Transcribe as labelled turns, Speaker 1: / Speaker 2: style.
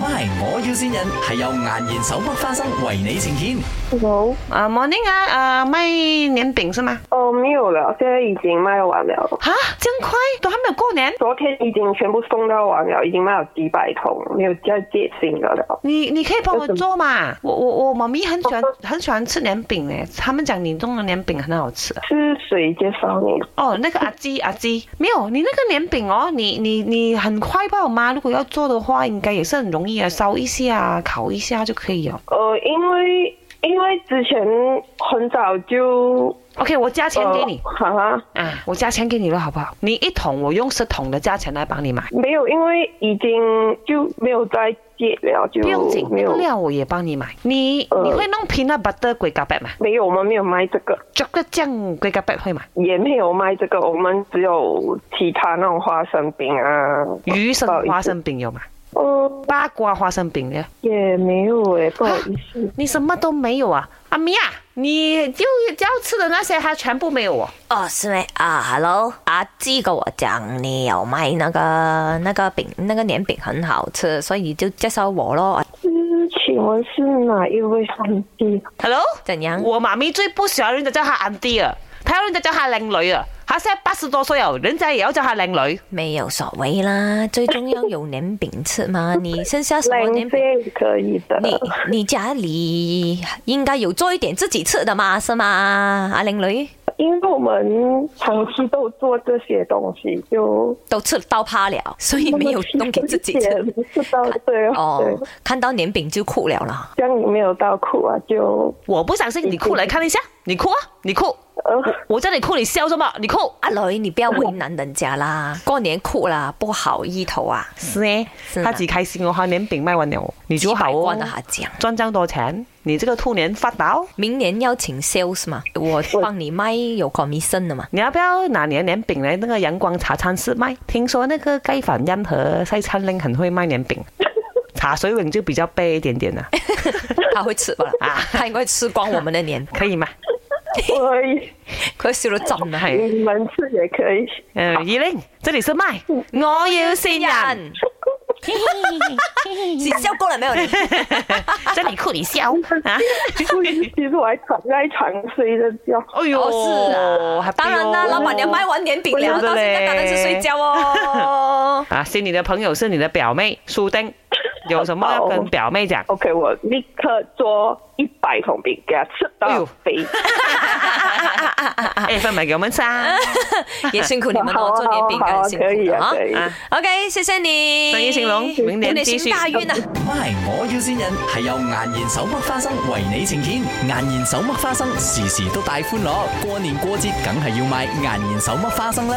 Speaker 1: MY，我要先人係由顏然手剝花生為你呈現。
Speaker 2: Hello，
Speaker 3: 啊，morning 啊，啊，卖年饼是吗？
Speaker 2: 哦，没有了，现在已经卖完了。
Speaker 3: 啊，这样快，都还没有过年，
Speaker 2: 昨天已经全部送到完了，已经卖了几百桶，没有再借新的了。
Speaker 3: 你你可以帮我
Speaker 2: 为什么
Speaker 3: 做嘛？我我我妈咪很喜欢很喜欢吃年饼嘞，他们讲你弄的年饼很好吃啊。
Speaker 2: 是谁介绍你的？
Speaker 3: 哦，那个阿基阿基，没有你那个年饼哦，你你你很快吧，我妈如果要做的话，应该也是很容易啊，烧一下烤一下就可以哦。
Speaker 2: 呃，因为因为之前很早就
Speaker 3: OK，我加钱给你、
Speaker 2: 呃哈、哈，
Speaker 3: 啊，我加钱给你了，好不好？你一桶我用十桶的价钱来帮你买，
Speaker 2: 没有，因为已经就没有再借了，就
Speaker 3: 不用紧，
Speaker 2: 没
Speaker 3: 那
Speaker 2: 有
Speaker 3: 个料我也帮你买。你、
Speaker 2: 呃
Speaker 3: 你会弄 peanut butter 龟甲白吗？
Speaker 2: 没有，我们没有卖这个，
Speaker 3: 这个酱龟甲白会吗？
Speaker 2: 也没有卖这个，我们只有其他那种花生饼啊，
Speaker 3: 鱼生
Speaker 2: 不好意思
Speaker 3: 花生饼有吗？
Speaker 2: 嗯，
Speaker 3: 八卦花生饼呢？
Speaker 2: 也没有诶，不好意思。
Speaker 3: 你什么都没有啊？阿米啊，你就要吃的那些，它全部没有哦。
Speaker 4: 哦，是咩啊？Hello，阿芝跟我讲你有卖那个那个饼，那个年饼很好吃，所以就介绍我咯。
Speaker 2: 嗯，请问是哪一位上帝？
Speaker 3: Hello，
Speaker 4: 怎样？
Speaker 3: 我妈咪最不喜欢人家叫她 a u n 啊，她要人家叫她靓女啊。她现在八十多岁哦，人家也要叫她靓女。
Speaker 4: 没有所谓啦，最重要有年饼吃嘛。你剩下什么
Speaker 2: 冷
Speaker 4: 年饼？
Speaker 2: 静可以的。
Speaker 4: 你你家里应该有做一点自己吃的嘛，是吗？阿玲女
Speaker 2: 因为我们长期都做这些东西，就
Speaker 4: 都吃到怕了，所以没有弄给自己吃。
Speaker 2: 不知道对
Speaker 4: 哦
Speaker 2: 对，，
Speaker 4: 看到年饼就哭了啦。
Speaker 2: 这样你没有到哭啊，就
Speaker 3: 我不相信你哭，来看一下，你哭啊，你哭，
Speaker 2: 呃，
Speaker 3: 我叫你哭，你笑什么？你哭。
Speaker 4: 阿女，你不要为难人家啦，过年哭啦，不好意头啊。
Speaker 3: 是呢，
Speaker 4: 是
Speaker 3: 他
Speaker 4: 啊
Speaker 3: 自己开心哦，他年饼卖完了哦，你就
Speaker 4: 几
Speaker 3: 好
Speaker 4: 百
Speaker 3: 哦
Speaker 4: 万，啊，讲。
Speaker 3: 赚这样多钱，你这个兔年发达哦。
Speaker 4: 明年要请 sales 嘛，我帮你卖有 commission 的嘛。
Speaker 3: 你要不要拿你的年饼来那个阳光茶餐室卖？听说那个盖反恩和西餐令很会卖年饼，茶水泳就比较背一点点啊 了、
Speaker 4: 他会吃吧？啊，他应该吃光我们的年，
Speaker 3: 可以吗？
Speaker 2: 可以，
Speaker 4: 佢笑到浸啊！
Speaker 3: 系，
Speaker 2: 你们吃也可 以。
Speaker 3: 呃，二零，这里是麦，我要新人，
Speaker 4: 人，你笑过了没有？你
Speaker 3: 这里库里笑啊！
Speaker 2: 其实我还躺在床睡着觉，
Speaker 3: 哎呦，
Speaker 4: 哦，是啊
Speaker 3: happy，
Speaker 4: 当然啦，
Speaker 3: 哦
Speaker 4: 老板娘卖完年饼
Speaker 3: 我
Speaker 4: 了，
Speaker 3: 觉得
Speaker 4: 到现
Speaker 3: 嘞
Speaker 4: 在当然是睡 觉哦。
Speaker 3: 啊，是你的朋友是你的表妹苏丁，有什么要
Speaker 4: 哦
Speaker 3: 跟表妹讲？
Speaker 2: OK，我立刻做一百桶饼给他吃
Speaker 3: 哎呦
Speaker 2: 到 肥。
Speaker 3: 哎，分买给我们吃啊！
Speaker 4: 也辛苦你们哦，做年饼干辛苦
Speaker 2: 可以
Speaker 4: 的
Speaker 2: 啊，
Speaker 4: 啊
Speaker 2: 可。以。
Speaker 3: 啊
Speaker 4: OK，谢谢你，
Speaker 3: 生意兴隆明年
Speaker 4: 祝你
Speaker 3: 继续
Speaker 4: 行大运啊！
Speaker 1: MY，我要先人係由顏然手剝花生為你呈現。顏然手剝花生時時都帶歡樂，過年過節梗係要買顏然手剝花生啦。